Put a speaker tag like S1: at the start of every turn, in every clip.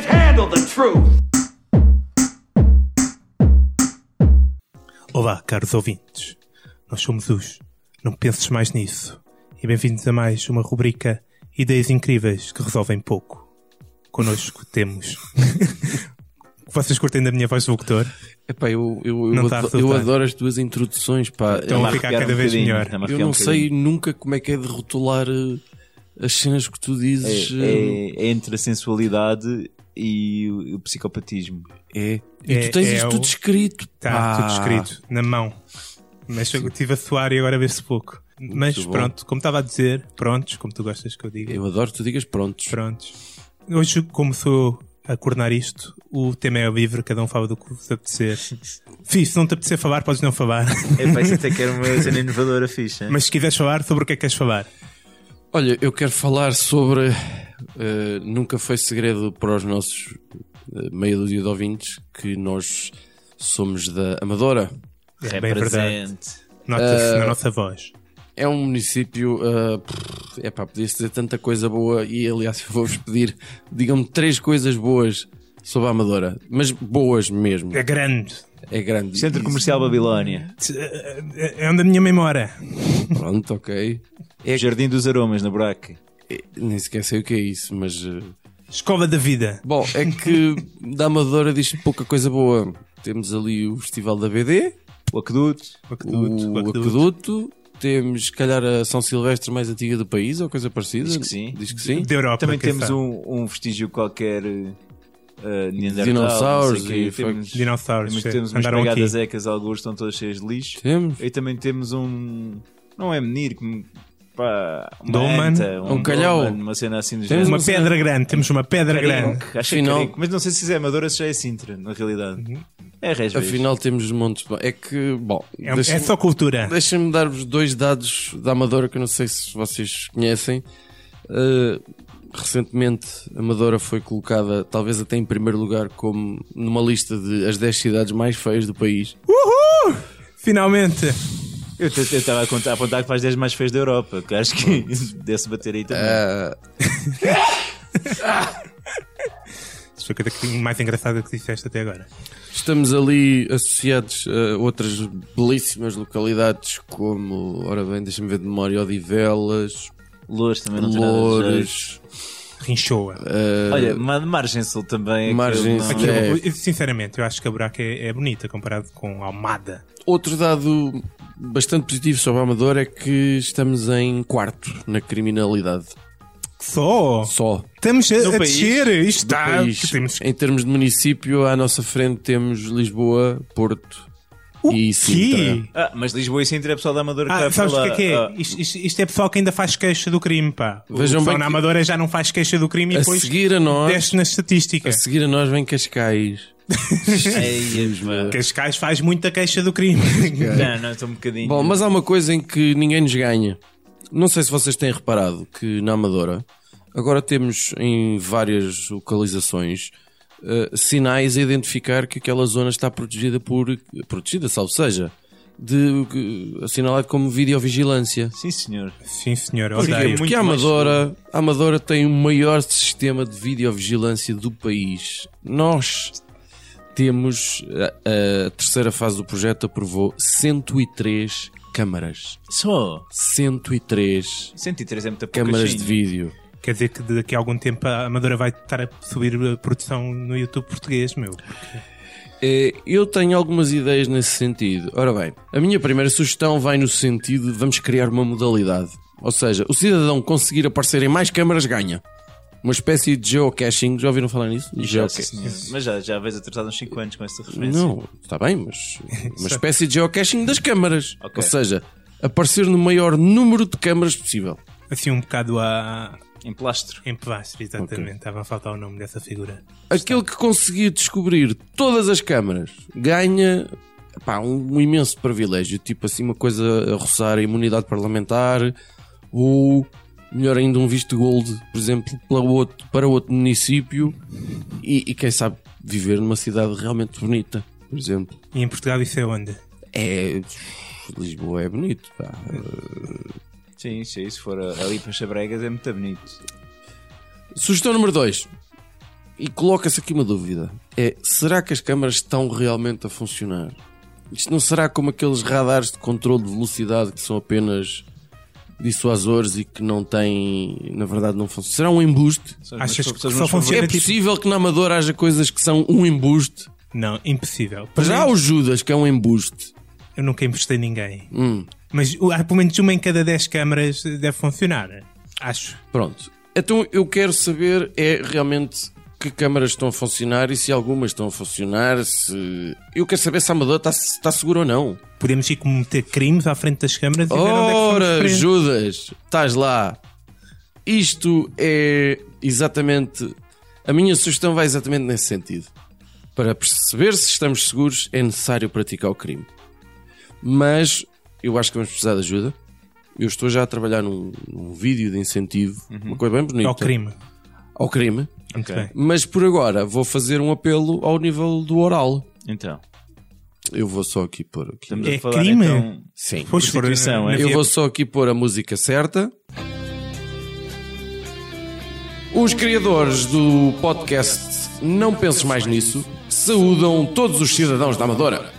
S1: the truth.
S2: Olá, caros ouvintes. Nós somos os Não Penses Mais Nisso e bem-vindos a mais uma rubrica Ideias Incríveis que Resolvem Pouco. Connosco temos. Vocês curtem da minha voz de locutor?
S3: Epá, eu, eu,
S2: Não
S3: eu,
S2: tá a
S3: ado-
S2: resultar.
S3: eu adoro as tuas introduções, pá.
S2: Então
S3: eu
S2: a ficar
S4: um
S2: cada vez melhor.
S3: eu não sei nunca como é que é de rotular eh, as cenas que tu dizes. eh,
S4: É, é entre a sensualidade e o, o psicopatismo.
S3: É. E
S2: É-
S3: tu tens
S2: é
S3: isto
S2: o-
S3: tudo escrito.
S2: Está
S3: pá.
S2: Tá tudo escrito, na mão. Mas eu estive a suar e agora vê-se pouco. Mas
S3: bom.
S2: pronto, como estava a dizer, prontos, como tu gostas que eu diga.
S3: Eu adoro que tu digas prontos.
S2: Prontos. Hoje, como sou a coordenar isto, o tema é livre, cada um fala do que vos apetecer. Fih, se não te apetecer falar, podes não falar.
S4: É, parece até que era uma cena inovadora ficha.
S2: Mas se quiseres falar, sobre o que é que queres falar?
S3: Olha, eu quero falar sobre. eh, nunca foi segredo para os nossos eh, meia dúzia de ouvintes que nós somos da Amadora.
S2: É bem verdade.
S4: Represente.
S2: Nota-se na nossa voz.
S3: É um município. é pá, podia-se dizer tanta coisa boa e aliás eu vou-vos pedir, digam-me três coisas boas sobre a Amadora, mas boas mesmo.
S2: É grande.
S3: É grande.
S4: Centro Comercial Babilónia.
S2: É onde a minha memória.
S3: Pronto, ok. É-
S4: Jardim dos Aromas, na Buraca.
S3: É, Nem sequer sei o que é isso, mas. eh,
S2: Escola da vida.
S3: Bom, é que da Amadora diz pouca coisa boa. Temos ali o Festival da BD,
S4: O Aqueduto.
S2: O aqueduto,
S3: o Aqueduto, temos, se calhar, a São Silvestre mais antiga do país ou coisa parecida.
S4: Diz que sim.
S3: Diz que sim.
S2: Da Europa.
S4: Também
S2: quem
S4: temos
S2: sabe.
S4: um, um vestígio qualquer. Uh, Neandertal,
S3: Dinossauros
S4: não sei o quê.
S3: e
S4: temos,
S3: fuck-
S2: Dinossauros.
S4: temos,
S2: sim.
S4: temos umas
S2: Andaram
S4: pegadas
S2: aqui.
S4: ecas, alguns estão todas cheias de lixo.
S3: Temos.
S4: E também temos um. Não é menir, como. Pá, uma
S2: Dolman?
S4: anta,
S3: Um calhau.
S4: dolman, Uma cena assim do
S3: Temos um
S4: género.
S2: Uma pedra grande. Temos uma pedra
S4: Carico,
S2: grande.
S4: acho que é
S3: Afinal-
S4: Carico. Mas não sei se é Amadora se já é Sintra, na realidade.
S2: Uhum.
S4: É Reis Veios.
S3: Afinal, temos montes. de- É que, bom,
S2: É,
S3: deixa-
S2: é só cultura.
S3: Deixem-me dar-vos dois dados da Amadora que eu não sei se vocês conhecem. Uh, recentemente, a Amadora foi colocada, talvez até em primeiro lugar, como numa lista de as 10 cidades mais feias do país.
S2: Finalmente.
S4: Eu t- eu estava a, contar- a apontar que faz 10 mais feios da Europa, que acho que desse bater aí também.
S3: É. Uh,
S2: Isso foi a coisa que- mais engraçada que disseste até agora.
S3: Estamos ali associados a outras belíssimas localidades, como, ora bem, deixa-me ver de memória, Odivelas,
S4: Loures também não tem nada de jeito.
S3: Loures,
S2: Rinchoa.
S4: Olha, Ma- Margem Sul também. é
S3: é. Margem
S4: que eu não-
S3: Sul.
S2: Aquilo,
S3: é.
S2: eu- Sinceramente, eu acho que a buraca é, é bonita comparado com Almada.
S3: Outro dado bastante positivo sobre a Amadora é que estamos em quarto na criminalidade.
S2: Só!
S3: Só.
S2: Estamos
S4: Do
S2: a, a
S4: país.
S2: descer. Isto
S3: do
S2: está.
S3: país.
S2: Tá,
S3: É
S2: que Temos
S3: Em termos de município, à nossa frente temos Lisboa, Porto
S2: o
S3: e Sintra.
S2: quê?
S4: Ah, mas Lisboa e Sintra é pessoal da Amadora que
S2: Ah,
S4: vai
S2: sabes o
S4: falar.
S2: que é que é?
S4: Ah,
S2: Isto, isto- isto é pessoal que ainda faz queixa do crime, pá.
S3: Vejam
S2: o pessoal
S3: bem
S2: na
S3: que-
S2: Amadora já não faz queixa do crime e
S3: A
S2: depois
S3: seguir a nós,
S2: desce na estatística.
S3: a seguir a nós vem Cascais.
S4: ei, mas-
S2: Cascais faz muita queixa do crime.
S4: Não, não, estou um bocadinho.
S3: Bom, mas há uma coisa em que ninguém nos ganha. Não sei se vocês têm reparado que na Amadora agora temos em várias localizações eh, sinais a identificar que aquela zona está protegida por protegida, salvo seja, de que- assinalado como videovigilância.
S4: Sim, senhor.
S2: Sim, senhor.
S3: Porquê?
S4: É
S2: Odeio.
S3: Porque a Amadora, a Amadora tem o maior sistema de videovigilância do país. Nós temos a, a terceira fase do projeto aprovou 103 câmaras.
S4: Só.
S3: 103
S4: 103 é muita pouca
S3: câmaras de
S4: gente.
S3: vídeo.
S2: Quer dizer que daqui a algum tempo a Amadora vai estar a subir a produção no YouTube português, meu.
S3: Eh, Eu tenho algumas ideias nesse sentido. Ora bem, a minha primeira sugestão vai no sentido de vamos criar uma modalidade. Ou seja, o cidadão conseguir aparecer em mais câmaras ganha. Uma espécie de geocaching. Já ouviram falar nisso?
S4: Já,
S3: Geoca-
S4: sim, senhor. Mas já, já vais atrasado uns 5 anos com esta referência.
S3: Não, está bem, mas uma espécie de geocaching das câmaras.
S4: Ok.
S3: Ou seja, aparecer no maior número de câmaras possível.
S2: Assim um bocado a
S4: Em plastro.
S2: em plástico, exatamente. Estava a faltar o nome dessa figura.
S3: Aquele que conseguir descobrir todas as câmaras ganha pá, um, um imenso privilégio, tipo assim, uma coisa a roçar a imunidade parlamentar ou melhor ainda, um visto gold, por exemplo, para outro, para outro município e, e quem sabe viver numa cidade realmente bonita, por exemplo.
S2: E em Portugal isso é onde?
S3: É. Lisboa é bonito, pá.
S4: Sim, se Então, isso for ali para Xabregas é muito bonito.
S3: Sugestão número 2. e coloca-se aqui uma dúvida: é será que as câmaras estão realmente a funcionar? Isto não será como aqueles radares de controle de velocidade que são apenas dissuasores e que não têm, na verdade, não funcionam? Será um embuste?
S4: São os
S2: Achas
S4: meus-
S2: que
S4: são os
S2: só
S4: meus
S2: funciona-
S3: É
S2: tipo-
S3: possível que na Amadora haja coisas que são um embuste?
S2: Não, impossível.
S3: Para já há o Judas, que é um embuste. Hum.
S2: Eu nunca emprestei ninguém. Mas uh, há pelo menos uma em cada 10 câmaras uh, deve funcionar. Acho.
S3: Pronto. Então eu quero saber é realmente que câmaras estão a funcionar e se algumas estão a funcionar. Se... Eu quero saber se a Amadora está, está segura ou não.
S2: Podemos ir cometer crimes à frente das câmaras e ver onde é que fomos
S3: Ora,
S2: presos.
S3: Judas, estás lá. Isto é exatamente. A minha sugestão vai exatamente nesse sentido. Para perceber se estamos seguros, é necessário praticar o crime. Mas eu acho que vamos precisar de ajuda. Eu estou já a trabalhar num, num vídeo de incentivo, uma coisa bem bonita.
S2: Uhum. Ao crime.
S3: Ao crime.
S2: Muito bem.
S3: Mas por agora vou fazer um apelo ao nível do oral.
S4: Então,
S3: Eu vou só aqui pôr aqui.
S4: estamos
S2: É
S4: a falar
S2: crime?
S4: então.
S3: Sim.
S2: Pois for,
S4: Prostituição,
S2: na
S4: é?
S3: Eu
S2: via-
S3: vou só aqui pôr a música certa. Os criadores do podcast Não Penses Mais Nisso saúdam todos os cidadãos da Amadora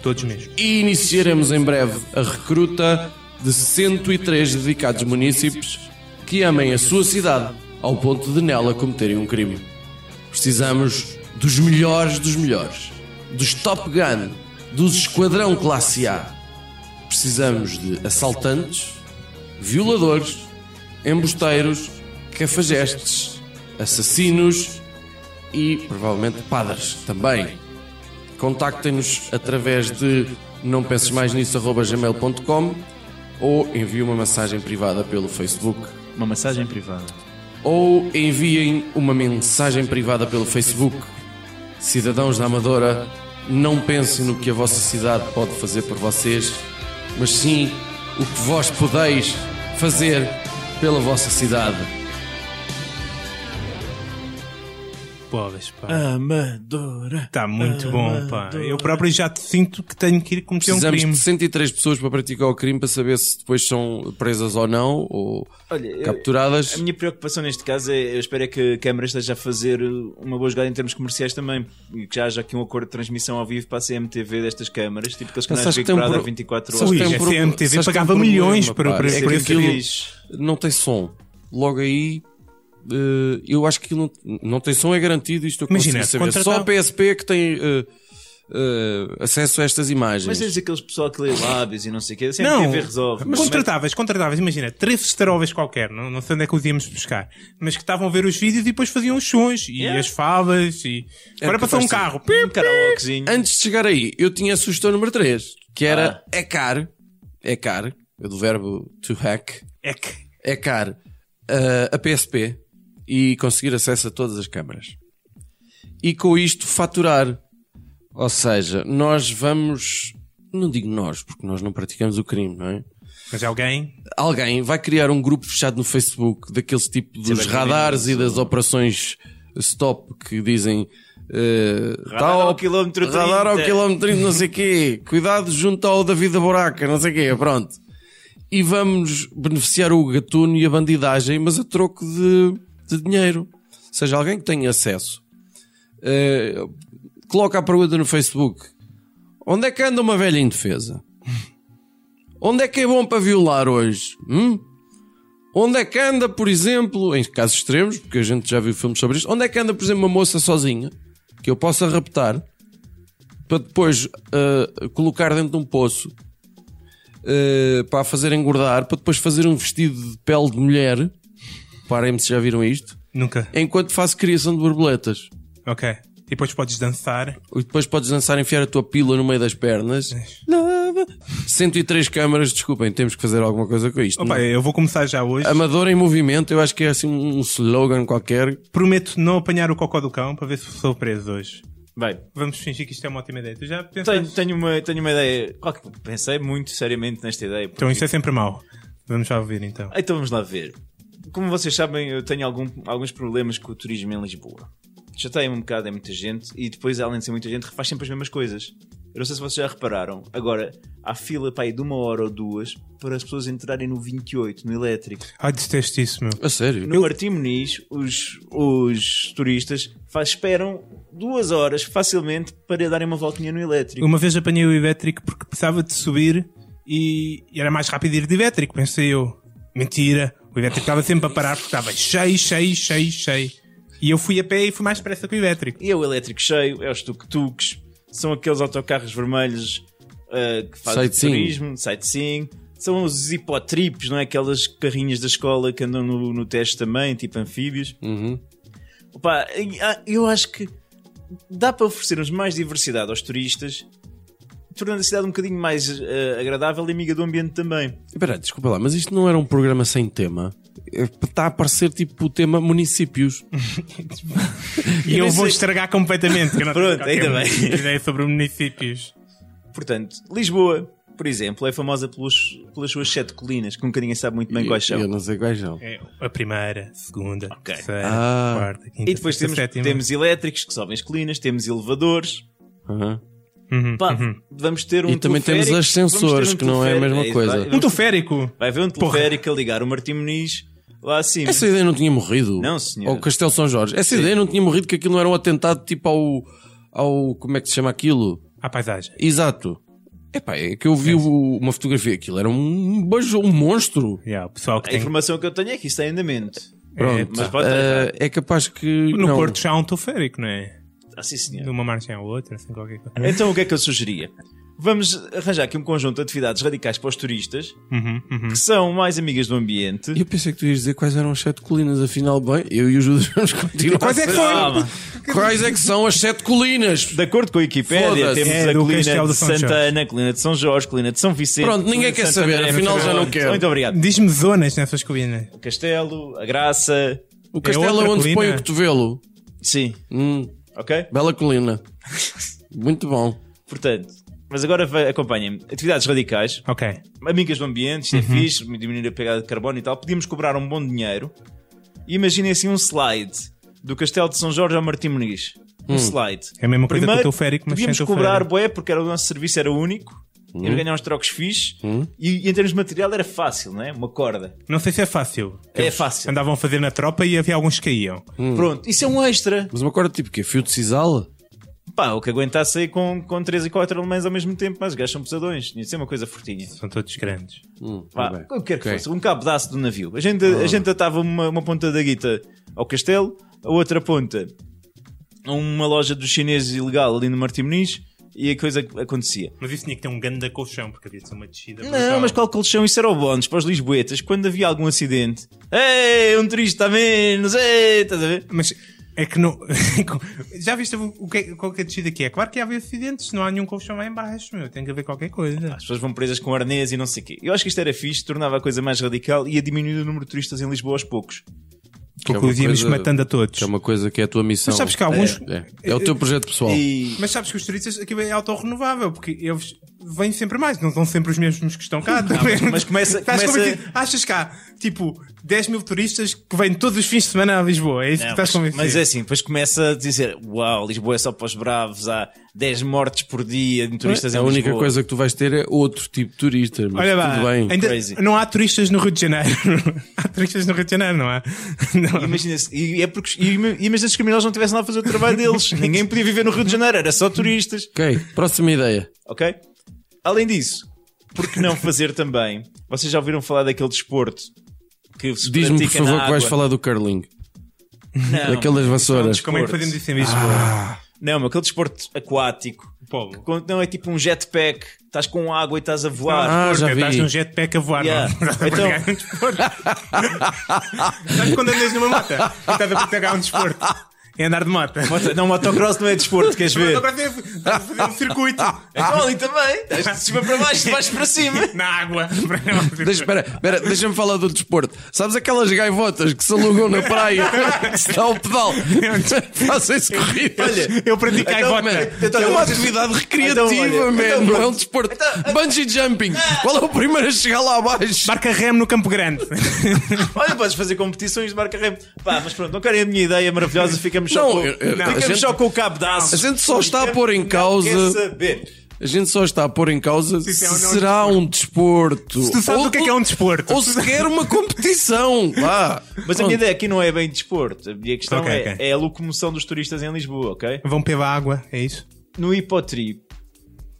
S2: Todos mesmo.
S3: e iniciaremos em breve a recruta de 103 dedicados munícipes que amem a sua cidade ao ponto de nela cometerem um crime. Precisamos dos melhores dos melhores, dos Top Gun, dos Esquadrão Classe A. Precisamos de assaltantes, violadores, embusteiros, cafajestes, assassinos e provavelmente padres também contactem-nos através de não penses mais nisso gmail.com ou envie uma mensagem privada pelo Facebook
S4: Uma massagem privada.
S3: ou enviem uma mensagem privada pelo Facebook. Cidadãos da Amadora, não pensem no que a vossa cidade pode fazer por vocês, mas sim o que vós podeis fazer pela vossa cidade.
S2: Pobres, pá.
S4: Amadora.
S2: Está Tá muito bom, pá. Eu próprio já te sinto que tenho que ir cometer um
S3: Precisamos
S2: crime.
S3: de 103 pessoas para praticar o crime para saber se depois são presas ou não, ou
S4: Olha, eu-
S3: capturadas.
S4: A minha preocupação neste caso é, eu espero é que a Câmara esteja a fazer uh, uma boa jogada em termos comerciais também, e que já haja aqui um acordo de transmissão ao vivo para a CMTV destas câmaras, tipo aqueles
S2: é
S4: canais
S3: sabes
S4: de
S3: que tem um
S4: Big Brother
S3: pro-
S4: 24
S2: Ui,
S4: horas.
S3: tem um
S2: a
S3: problema-
S2: CMTV
S3: sabes que
S2: pagava
S3: tem um
S2: tipo milhões
S3: problema,
S2: para,
S3: pá.
S2: para,
S3: É
S2: por
S3: que
S2: esse
S3: aquilo-
S2: vídeo.
S3: não tem som. Logo aí, eh, eu acho que aquilo não, não tem som, é garantido. Isto eu
S2: Imagina,
S3: consigo saber.
S2: contratar-
S3: Só a PSP é que tem eh, eh, acesso a estas
S4: Mas
S3: imagens.
S4: tens aqueles pessoal que lê lábios e não sei o quê, a
S2: Não,
S4: CMTV resolve.
S2: mas contratavas, contratavas, imagina, três estarovas qualquer, não, não sei onde é que os íamos buscar, mas que estavam a ver os vídeos e depois faziam os sons e
S4: Yeah.
S2: as falas e. Agora passou um
S3: capaz de ser.
S2: carro,
S4: um karaokezinho.
S3: Antes de chegar aí, eu tinha a sugestão número 3, que era
S2: Ah.
S3: é car. É car, do verbo to hack.
S2: é que.
S3: É car eh, a PSP e conseguir acesso a todas as câmaras. E com isto faturar. Ou seja, nós vamos. Não digo nós, porque nós não praticamos o crime, não é?
S2: Mas alguém.
S3: alguém vai criar um grupo fechado no Facebook daqueles tipo dos
S4: vai
S3: radares
S4: criar
S3: e das operações stop que dizem eh,
S4: Radar
S3: tal-
S4: ao quilómetro
S3: radar ao
S4: 30.
S3: quilómetro 30, não sei quê, cuidado junto ao David da Buraca, não sei quê, pronto. E vamos beneficiar o gatuno e a bandidagem, mas a troco de, de dinheiro. Ou seja, alguém que tenha acesso. eh, coloca a pergunta no Facebook. Onde é que anda uma velha indefesa? Onde é que é bom para violar hoje? Hum? Onde é que anda, por exemplo, em casos extremos, porque a gente já viu filmes sobre isto, onde é que anda, por exemplo, uma moça sozinha que eu possa raptar para depois ah, colocar dentro de um poço ah, para a fazer engordar, para depois fazer um vestido de pele de mulher? Parem-me se já viram isto.
S2: Nunca.
S3: Enquanto faço criação de borboletas.
S2: Ok. E depois podes dançar.
S3: E depois podes dançar e enfiar a tua pila no meio das pernas. 103 câmaras, desculpem, temos que fazer alguma coisa com isto.
S2: Opa,
S3: não é?
S2: eu vou começar já hoje.
S3: Amador em movimento, eu acho que é assim um slogan qualquer.
S2: Prometo não apanhar o cocó do cão para ver se sou preso hoje.
S4: Bem,
S2: Vamos fingir que isto é uma ótima ideia. Tu já
S4: tenho,
S2: pensaste?
S4: tenho, uma, tenho uma ideia. Claro que pensei muito seriamente nesta ideia.
S2: Então isso é sempre mau. Vamos já ouvir então.
S4: Então vamos lá ver. Como vocês sabem, eu tenho algum- alguns problemas com o turismo em Lisboa. Já tem um bocado, é muita gente, e depois, além de ser muita gente, refaz sempre as mesmas coisas. Eu não sei se vocês já repararam. Agora, há fila pá, aí de uma hora ou duas para as pessoas entrarem no 28, no elétrico.
S2: Ai, Ah, detesto isso, meu.
S3: A sério?
S4: No Martim Muniz, os, os turistas faz, esperam duas horas facilmente para darem uma voltinha no elétrico.
S2: Uma vez apanhei o elétrico porque precisava de subir e e era mais rápido ir de elétrico, pensei eu. Mentira, o elétrico estava sempre a parar porque estava cheio, cheio, cheio, cheio. E eu fui a pé e fui mais depressa que o elétrico.
S4: E é o elétrico cheio, é os tuk-tuks, são aqueles autocarros vermelhos ah, que fazem
S3: Sightseeing.
S4: turismo, sightseeing. São os hipotripes, não é? Aquelas carrinhas da escola que andam no, no teste também, tipo anfíbios.
S3: Uhum.
S4: Opa, ah, eu acho que dá para oferecermos mais diversidade aos turistas, tornando a cidade um bocadinho mais ah, agradável e amiga do ambiente também.
S3: Espera, aí, desculpa lá, mas isto não era um programa sem tema? Está a aparecer tipo o tema municípios.
S2: E
S4: Eu
S2: eu
S4: nem
S2: vou
S4: sei-
S2: estragar completamente. que eu não tenho
S4: Pronto, ainda
S2: qualquer
S4: bem.
S2: Ideia sobre municípios.
S4: Portanto, Lisboa, por exemplo, é famosa pelos, pelas suas sete colinas, que nunca ninguém sabe muito bem
S3: Eu-
S4: quais são.
S3: Eu não sei quais são.
S2: É, a primeira, segunda,
S4: Ok.
S2: terceira,
S3: Ah.
S2: quarta, quinta,
S4: E depois
S2: sexta,
S4: temos,
S2: sétima.
S4: temos elétricos que sobem as colinas, temos elevadores.
S3: Aham.
S2: Uhum,
S4: Pá,
S2: uhum.
S4: vamos ter um
S3: E também temos
S4: teleférico, vamos ter um
S3: ascensores, que não é a
S4: teleférico.
S3: mesma
S4: isso,
S3: coisa.
S4: Vai,
S2: Um
S4: vamos-
S2: teleférico.
S4: vai haver um
S2: Porra.
S4: teleférico a ligar o Martim Muniz lá acima.
S3: Essa ideia não tinha morrido.
S4: Não, senhor.
S3: Ao Castelo São Jorge. Essa ideia não tinha morrido que aquilo não era um atentado tipo ao. ao como é que se chama aquilo?
S2: À paisagem.
S3: Exato. Epá, é que eu vi o- uma fotografia, aquilo era um bajo, um monstro.
S2: Yeah, o pessoal que
S4: A
S2: tem... É,
S4: informação que eu tenho é que isto está em andamento.
S3: Pronto.
S4: É, mas pode estar
S3: Ah,
S4: errado.
S3: é capaz que.
S2: No
S3: não.
S2: Porto já há um teleférico, não é?
S4: Ah, sim,
S2: De
S4: senhor.
S2: uma margem à outra, assim, qualquer coisa.
S4: Então o que é que eu sugeria? Vamos arranjar aqui um conjunto de atividades radicais para os turistas
S2: Uhum, uhum.
S4: que são mais amigas do ambiente.
S3: Eu pensei que tu ias dizer quais eram as sete colinas, afinal, bem, eu e o Judas vamos continuar.
S2: Quais é que são?
S4: Calma.
S3: Quais é que são as sete colinas?
S4: De acordo com a Wikipédia,
S3: Foda-se.
S4: temos
S2: É,
S4: a
S2: do
S4: colina
S2: Castelo
S4: de
S2: de São
S4: Santa
S2: Jorge.
S4: Ana, a colina de São Jorge, a colina de São Vicente.
S3: Pronto, ninguém
S4: colina de
S3: quer
S4: Santa
S3: saber,
S4: Maria,
S3: afinal já
S4: Muito
S3: não
S4: bom.
S3: quero.
S4: Muito obrigado.
S2: Diz-me zonas nessas colinas.
S4: O Castelo, a Graça.
S3: O castelo é,
S2: outra
S3: onde se põe
S2: colina.
S3: o cotovelo.
S4: Sim,
S3: Hum,
S4: ok?
S3: bela colina. Muito bom.
S4: Portanto, mas agora vai- acompanhem-me. Atividades radicais,
S2: Ok.
S4: amigas do ambiente, isto é
S2: Uhum.
S4: fixe, diminuir a pegada de carbono e tal. Podíamos cobrar um bom dinheiro. E imaginem assim um slide do Castelo de São Jorge ao Martim Muniz. Um slide.
S2: É a mesma coisa que
S4: Primeiro,
S2: o teleférico, mas
S4: podíamos
S2: sem Hum.
S4: cobrar
S2: teleférico.
S4: boé porque era o nosso serviço era único. Íamos ganhar uns trocos fixe.
S2: Hum.
S4: E, e em termos de material era fácil, não é? Uma corda.
S2: Não sei se é fácil.
S4: É
S2: Eles
S4: fácil.
S2: Andavam a fazer na tropa e havia alguns que caíam.
S4: Pronto, isso é um extra.
S3: Mas uma corda tipo que Fio de sisal?
S4: Pá, o que aguentasse aí com, com 3 e 4 alemães ao mesmo tempo, mas os gajos são pesadões. Tinha de ser uma coisa fortinha.
S2: São todos grandes.
S3: Hum,
S4: Pá,
S3: muito bem.
S4: o que quer que
S3: Ok.
S4: fosse, um cabo de aço do navio. A gente, a gente atava uma, uma ponta da guita ao castelo, a outra ponta a uma loja dos chineses ilegal ali no Martim Muniz e a coisa acontecia. Então,
S2: Mas isso tinha que ter um grande colchão, porque havia de ser uma descida.
S4: Não, mas qual colchão? Isso era o bónus para os lisboetas quando havia algum acidente. Ei, um turista a menos, ei, estás a ver?
S2: Mas é que não. Já viste o o que, é- qual que é a descida aqui é? Claro que havia acidentes, não há nenhum colchão lá em baixo, meu. Tem que haver qualquer coisa.
S4: As pessoas vão presas com arnês e não sei o quê. Eu acho que isto era fixe, tornava a coisa mais radical e ia diminuir o número de turistas em Lisboa aos poucos.
S3: é
S2: Porque
S3: uma
S2: os íamos
S3: coisa-
S2: matando a todos.
S3: Que é uma coisa que é a tua missão.
S2: Mas sabes que alguns.
S3: É, é o teu projeto pessoal.
S4: um- E...
S2: Mas sabes que os turistas aqui é autorrenovável, porque eles vêm sempre mais, não são sempre os mesmos que estão cá. tá
S4: mas- mas começa-
S2: Estás
S4: começa-
S2: convencido? Achas cá, tipo, 10 mil turistas que vêm todos os fins de semana a Lisboa, é isso
S4: Não,
S2: que estás
S4: mas,
S2: convencido?
S4: mas é assim, depois começa a dizer: Uau, Lisboa é só para os bravos, há 10 mortes por dia de turistas em
S3: É a única
S4: Lisboa."
S3: coisa que tu vais ter é outro tipo de turista. Mas
S2: Olha lá,
S3: tudo bem.
S2: ainda
S4: Crazy.
S2: não há turistas no Rio de Janeiro. há turistas no Rio de Janeiro, não há? Não.
S4: Imagina-se, e é porque, e ima- imagina se os criminosos não tivessem lá a fazer o trabalho deles, ninguém podia viver no Rio de Janeiro, era só turistas,
S3: Ok, próxima ideia.
S4: ok? Além disso, por que não fazer também? Vocês já ouviram falar daquele desporto que se
S3: Diz-me, por
S4: pratica na
S3: favor, que vais
S4: água?
S3: falar do curling.
S4: Não,
S3: Daquelas vassouras.
S2: Como é que
S4: Porto.
S2: fazemos isso em
S4: Ah.
S2: Lisboa?
S4: não, aquele desporto aquático,
S2: Polo.
S4: quando não é tipo um jetpack, estás com água e estás a voar.
S3: Ah, já
S2: Estás
S3: vi.
S2: num um jetpack a voar,
S4: Yeah.
S2: não? é
S4: Então-
S2: um Sabes quando andas numa moto? E estás a pegar um desporto. É andar de moto.
S4: Moto- Não, motocross não é desporto, queres ver?
S2: Agora tem- estás a fazer um circuito.
S4: Então ali também. Estás de cima para baixo, de baixo para cima.
S2: Na água.
S3: Deixa, espera, espera, deixa-me falar do desporto. Sabes aquelas gaivotas que se alugam na praia, que se dá o pedal, fazem-se corridas.
S4: Olha,
S2: Eu pratico
S4: Então,
S2: a
S3: Man,
S2: bota.
S4: então-
S3: é uma atividade recreativa,
S4: então, olha,
S3: man.
S4: então,
S3: não é um desporto.
S4: então- ah.
S3: Bungee jumping. Qual é o primeiro a chegar lá abaixo?
S2: Barca remo no Campo Grande.
S4: Olha, podes fazer competições de marca remo. Pá, mas pronto, não querem a minha ideia maravilhosa, ficamos só,
S3: Não,
S4: com,
S3: eu- eu- a
S4: ficamos
S3: gente-
S4: só com o cabo de aço.
S3: A gente só está a pôr em
S4: Quer
S3: causa.
S4: saber?
S3: A gente só está a pôr em causa se,
S2: Se é ou não um
S3: será um desporto.
S2: Se tu sabes
S3: Ou-
S2: o que é que é um desporto.
S3: Ou sequer uma competição. Vá.
S4: Mas a minha ideia aqui não é bem desporto. A minha questão
S2: Ok,
S4: é,
S2: ok.
S4: é a locomoção dos turistas em Lisboa, ok?
S2: Vão beber água, é isso?
S4: No hipotrip,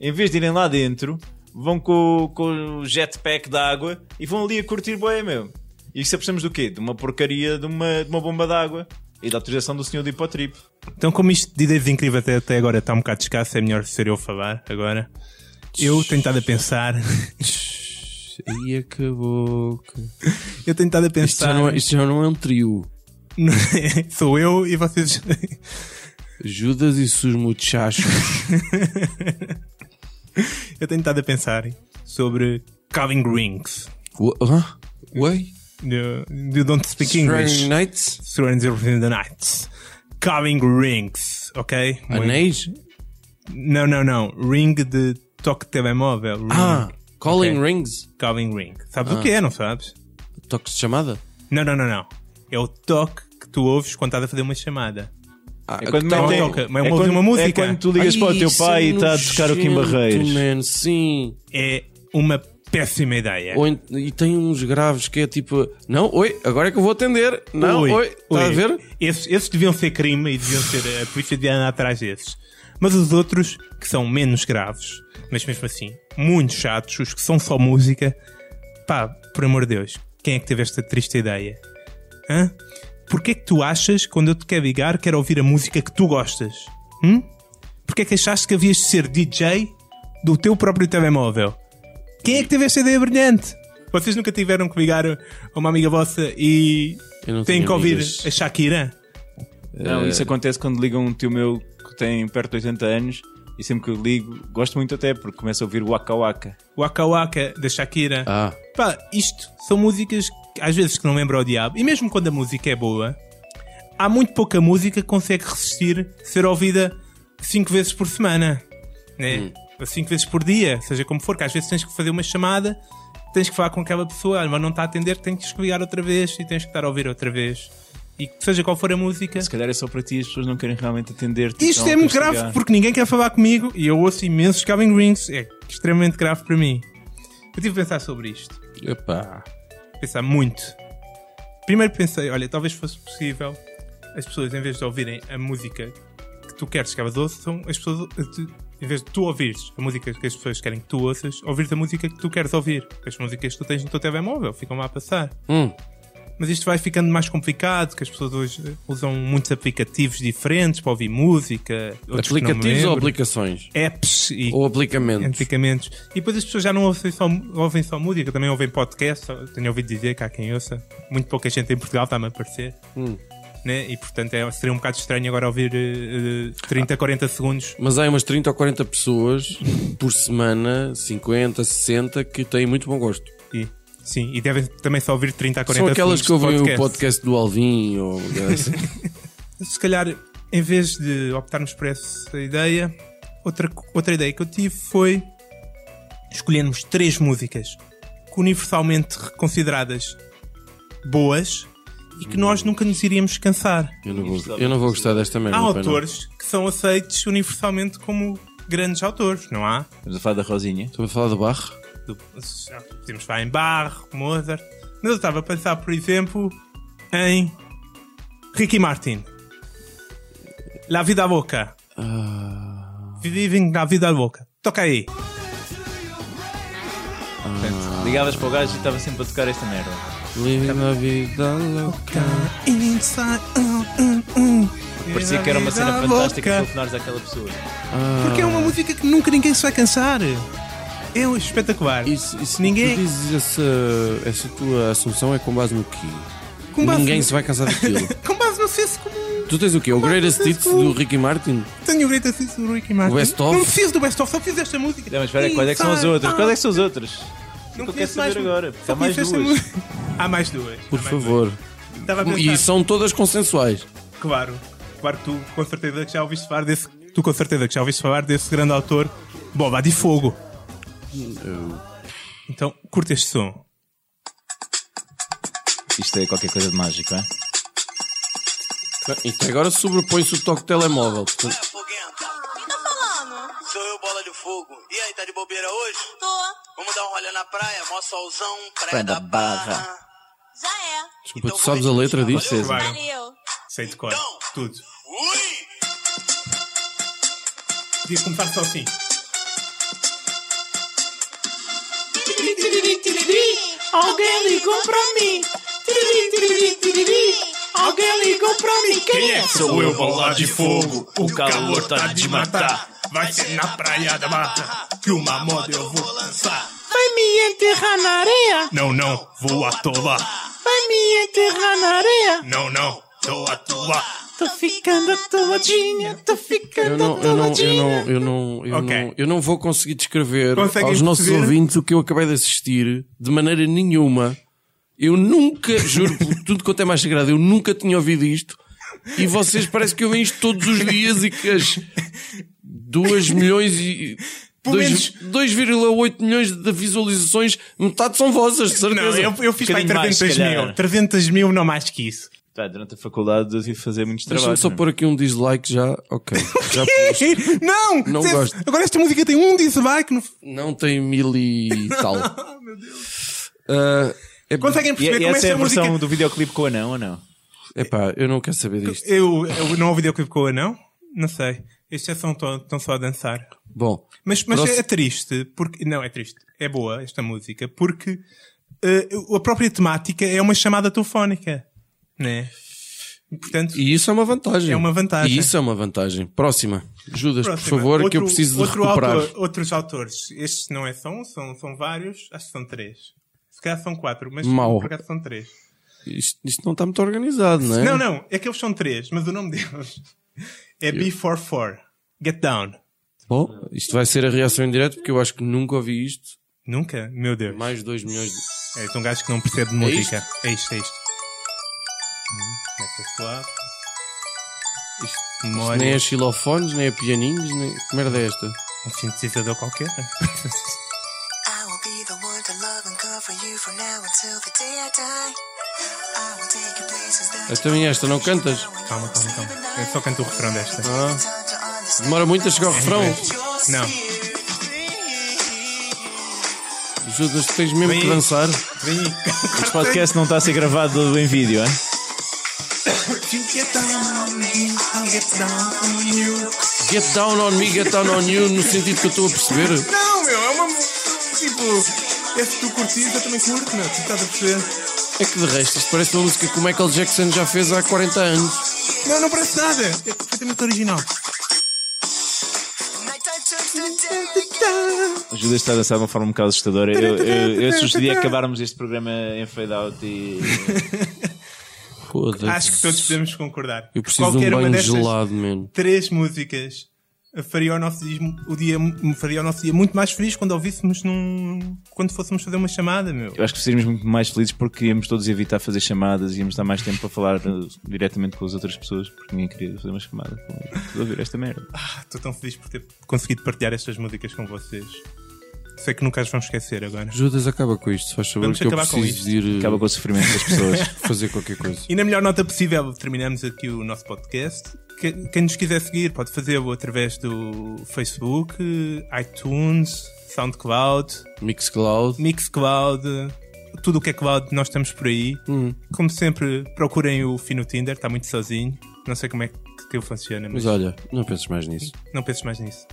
S4: em vez de irem lá dentro, vão com, o- com o jetpack d'água e vão ali a curtir boia mesmo. E isso precisamos do quê? De uma porcaria, de uma, de uma bomba d'água e da autorização do senhor do hipotrip.
S2: Então, como isto de ideias incríveis até, até agora está um bocado escasso, é melhor ser eu a falar agora. Eu tenho estado a pensar.
S3: E acabou. que-
S2: Eu tenho estado a
S3: Isto já,
S2: pensar.
S3: não é, isto já não é um trio.
S2: Sou eu e vocês.
S3: Judas e seus muchachos.
S2: Eu tenho estado a pensar sobre Calvin Rings.
S3: Ua- hã? Ué?
S2: You, you don't speak
S3: Strange
S2: English.
S3: Nights?
S2: Strangers in the Night. Calvin Rings, ok?
S3: Ah, Anéis?
S2: Não, não, não. Ring de toque de telemóvel. Ring.
S3: Ah, Calling Rings?
S2: Calvin Ring. Sabes o que é, não sabes?
S3: Toques de chamada?
S2: Não, não, não, não. É o toque que tu ouves quando estás a fazer uma chamada.
S3: Ah,
S4: É
S3: que
S4: quando
S2: metem-
S3: tal-
S2: Então, toca, mas
S4: é
S2: ouve
S4: quando-
S2: uma música.
S4: É quando tu ligas
S3: Ai,
S4: para o teu
S3: isso
S4: pai
S3: é
S4: e
S2: tá
S4: está a tocar o Kim
S3: nojento, né?
S4: Barreiros.
S3: man, sim.
S2: É uma péssima ideia.
S3: Ou ent- e tem uns graves que é tipo, não, oi, agora é que eu vou atender. Não, oi, está a ver?
S2: Esses, esses deviam ser crime e deviam ser eh, a polícia devia andar atrás desses. Mas os outros, que são menos graves, mas mesmo assim, muito chatos, os que são só música, pá, por amor de Deus, quem é que teve esta triste ideia? Hã? Porquê que tu achas, quando eu te quero ligar, quero ouvir a música que tu gostas? Hum? Porquê que achaste que havias de ser DJ do teu próprio telemóvel? Quem é que teve esta ideia brilhante? Vocês nunca tiveram que ligar a uma amiga vossa e
S3: Eu não
S2: têm
S3: tenho
S2: que ouvir
S3: amigas.
S2: a Shakira?
S4: Não,
S2: É.
S4: isso acontece quando ligam um tio meu que tem perto de 80 anos e sempre que eu ligo, gosto muito até porque começo a ouvir o Waka Waka.
S2: Waka Waka da Shakira.
S3: Ah,
S2: Pá, isto são músicas que às vezes que não lembra ao diabo. E mesmo quando a música é boa, há muito pouca música que consegue resistir ser ouvida cinco vezes por semana. Né? Ou cinco vezes por dia, seja como for, que às vezes tens que fazer uma chamada, tens que falar com aquela pessoa, "Ah, mas não está a atender, tens que ligar outra vez e tens que estar a ouvir outra vez. E seja qual for a música.
S4: Se calhar é só para ti, as pessoas não querem realmente atender-te.
S2: Isto
S4: estão
S2: é
S4: a
S2: muito
S4: castigar.
S2: grave porque ninguém quer falar comigo e eu ouço imensos Calvin Rings. É extremamente grave para mim. Eu tive de pensar sobre isto.
S3: epá.
S2: Ah, Pensar muito. Primeiro pensei, olha, talvez fosse possível as pessoas, em vez de ouvirem a música que tu queres que elas ouçam, as pessoas, tu- em vez de tu ouvires a música que as pessoas querem que tu ouças, ouvires a música que tu queres ouvir. Porque As músicas que tu tens no teu telemóvel ficam lá a passar.
S3: Hum.
S2: Mas isto vai ficando mais complicado, que as pessoas hoje eh, usam muitos aplicativos diferentes para ouvir música. outros que não me
S3: Aplicativos ou
S2: lembro
S3: aplicações?
S2: apps e
S3: Ou aplicamentos?
S2: medicamentos. E depois as pessoas já não ouvem só, ouvem só música, também ouvem podcast. Eu Tenho ouvido dizer que há quem ouça. Muito pouca gente em Portugal está-me a aparecer.
S3: Hum.
S2: Né? E portanto é, seria um bocado estranho agora ouvir eh, eh,
S3: Ah.
S2: 30, 40 segundos.
S3: Mas há umas 30 ou 40 pessoas por semana, 50, 60, que têm muito bom gosto.
S2: E, sim, e devem também só ouvir 30, 40
S3: São aquelas
S2: segundos
S3: que ouvem
S2: de
S3: o podcast do Alvin ou
S2: se calhar, em vez de optarmos por essa ideia, outra, outra ideia que eu tive foi escolhermos três músicas que universalmente consideradas boas e que nós nunca nos iríamos cansar.
S3: eu, não vou, eu não vou gostar desta merda.
S2: Há
S3: pai, não.
S2: autores que são aceitos universalmente como grandes autores, não há?
S4: Estamos a falar da Rosinha.
S3: Estou a falar do barro?
S2: Do- já Podemos falar em Bach, Mozart, mas eu estava a pensar, por exemplo, em Ricky Martin. La Vida Boca.
S4: Ah.
S2: Vivem na Vida Boca. Toca aí.
S4: Portanto, ligavas para o gajo e estava sempre a tocar esta merda.
S3: Living a vida louca.
S2: Inside, uh, uh, uh.
S4: Parecia que era uma cena
S2: Vida
S4: fantástica Ah.
S2: Louca.
S4: telefonares àquela pessoa.
S2: Porque é uma música que nunca ninguém se vai cansar. É um espetacular.
S3: Isso, isso
S2: Ninguém-
S3: Tu dizes essa, essa tua assunção é com base no quê?
S2: Com base-
S3: Ninguém se vai cansar daquilo.
S2: Com base no senso comum.
S3: tu tens o quê? O Greatest Hits do Ricky Martin?
S2: Tenho o grito assim sobre o Ricky Martin.
S3: O Best Of?
S2: Não preciso do best of, só fiz esta música. ah,
S4: Não, mas espera, quais é que são as
S2: Inside
S4: outras?
S2: Out.
S4: Quais é que são as outras?
S2: Não
S4: Eu quero
S2: conheço
S4: saber
S2: mais um.
S4: agora, porque
S2: Só
S4: há mais
S2: conheço esta
S4: duas.
S2: música. Há mais duas.
S3: Por
S2: Há mais
S3: favor.
S2: duas. Estava a pensar.
S3: E são todas consensuais.
S2: Claro. Claro que tu com certeza que já ouviste falar desse. Tu com certeza que já ouviste falar desse grande autor Boba de Fogo. Então, curta este som.
S4: Isto é qualquer coisa de mágico, é?
S3: Então agora sobrepõe-se o toque telemóvel. Portanto,
S1: Quem tá falando?
S5: Sou eu, bola de
S1: Botafogo. E aí, tá de bobeira hoje?
S5: Tô,
S1: Vamos dar um rolê na praia, mó solzão,
S4: Praia
S1: praia
S4: da
S1: da barra.
S5: já é.
S3: Desculpa, tu sabes a letra disso,
S1: Valeu.
S3: César?
S2: Vai.
S5: Valeu.
S2: Sei de cor.
S1: Então.
S2: Tudo.
S1: Ui!
S2: Podia começar só assim.
S5: Alguém ligou pra mim. Alguém ligou pra mim. Quem é?
S2: Sou eu, bola
S6: de fogo, o calor tá de matar. Vai ser na praia da mata que uma moda eu vou lançar.
S7: Vai me enterrar na areia?
S6: Não, não, vou atolar.
S7: Vai me enterrar na areia?
S6: Não, não, tô atolar.
S7: Tô ficando atoladinha, tô
S3: Eu
S7: ficando
S3: não, eu não, eu
S7: atoladinha.
S3: não, eu não, eu
S2: Ok.
S3: não, eu não vou conseguir descrever
S2: Conseguem
S3: aos nossos
S2: perceber?
S3: ouvintes o que eu acabei de assistir de maneira nenhuma. Eu nunca, juro por tudo quanto é mais sagrado, eu nunca tinha ouvido isto. E vocês parece que ouvem isto todos os dias e que as 2 milhões e.
S2: Pelo
S3: dois- 2,8 milhões de visualizações, metade são vossas, de certeza.
S2: Não, eu, eu fiz
S4: Um
S2: para aí
S4: bocadinho mais,
S2: 300
S4: se calhar.
S2: mil. 300 mil, não mais que isso.
S4: Tá, durante a faculdade eu tive de fazer muitos
S3: Deixa-me
S4: trabalhos. é?
S3: só
S2: é?
S4: meu.
S3: pôr aqui um dislike já. Ok. Já pus.
S2: Não!
S3: Não
S2: Cê-
S3: gosto.
S2: Agora esta música tem um dislike. No...
S3: Não tem mil e tal.
S2: Oh,
S3: Ah, é,
S2: Conseguem
S4: E,
S2: perceber
S4: e
S2: como
S4: essa é a
S2: esta
S4: versão
S2: música.
S4: do videoclipe com o anão ou não?
S3: Epá, eu não quero saber disto.
S2: Eu, eu não ouvi videoclipe com o anão? Não sei. Estes é só estão só a dançar.
S3: Bom,
S2: Mas, mas
S3: Próximo.
S2: é triste, porque. Não, é triste. É boa esta música, porque eh, a própria temática é uma chamada telefónica. Né? E, Portanto,
S3: e isso é uma vantagem.
S2: É uma vantagem.
S3: E isso é uma vantagem. Próxima. Judas, por
S2: próxima.
S3: favor, que eu preciso de
S2: outro
S3: recuperar.
S2: autor- outros autores. Estes não é só um, são, são vários. Acho que são três. Se calhar são quatro, mas
S3: Mau.
S2: por acaso são três.
S3: Isto, isto não está muito organizado, não é?
S2: Não, não, é que eles são três, mas o nome deles é B44. Get Down.
S3: Bom, isto vai ser a reação em direto porque eu acho que nunca ouvi isto.
S2: Nunca? Meu Deus.
S3: Mais 2 milhões de.
S2: És um gajo que não percebe de música. É isto, é isto. Hum, Começa suave.
S3: Isto
S2: Memória.
S3: nem é xilofones, nem é pianinhos, nem. Que merda é esta?
S2: Um sintetizador qualquer.
S8: I will be the one to love and cover you from now until the day I die. I will take you places that
S3: Então e esta, não cantas? Ah.
S2: Calma, calma, calma. Eu só canto o refrão desta.
S3: Demora muito a chegar ao refrão.
S2: Não.
S3: Judas, tens mesmo
S2: Bem-
S3: que dançar.
S2: Vem
S4: Este podcast não está a ser gravado em vídeo, é?
S3: Get down on me, get down on you, no sentido que eu estou a perceber.
S2: Não, meu, é uma. Tipo, esse tu curtis, eu também curto, meu. Tu estás a perceber?
S3: É que de resto, isto parece uma música que o Michael Jackson já fez há 40 anos.
S2: Não, não parece nada. É perfeitamente original.
S4: Ajuda está a dançar de uma forma um bocado assustadora. Eu, eu, eu sugeria acabarmos este programa em fade out e.
S3: Foda-se.
S2: Acho que todos podemos concordar.
S3: Eu preciso de um banho gelado, mano.
S2: três músicas faria o nosso dia, o dia faria o nosso dia muito mais feliz quando ouvíssemos num quando fôssemos fazer uma chamada meu
S4: Eu acho que seríamos muito mais felizes porque íamos todos evitar fazer chamadas, íamos dar mais tempo para falar eh, diretamente com as outras pessoas, porque ninguém queria fazer uma chamada. Estou a ouvir esta merda.
S2: estou Ah, tão feliz por ter conseguido partilhar estas músicas com vocês sei que nunca as vão esquecer agora
S3: Judas, acaba com isto, se faz favor,
S2: Vamos
S3: que eu
S2: acabar com
S3: preciso
S2: isto.
S3: de ir eh,
S4: Acaba com o sofrimento das pessoas.
S3: fazer qualquer coisa.
S2: e na melhor nota possível terminamos aqui o nosso podcast Que- quem nos quiser seguir pode fazê-lo através do Facebook iTunes SoundCloud
S3: Mixcloud.
S2: Mixcloud, tudo o que é cloud, nós estamos por aí. Como sempre, procurem o Fino Tinder, tá está muito sozinho. Não sei como é que ele funciona, mas
S3: Mas olha, não penses mais nisso.
S2: não penses mais nisso.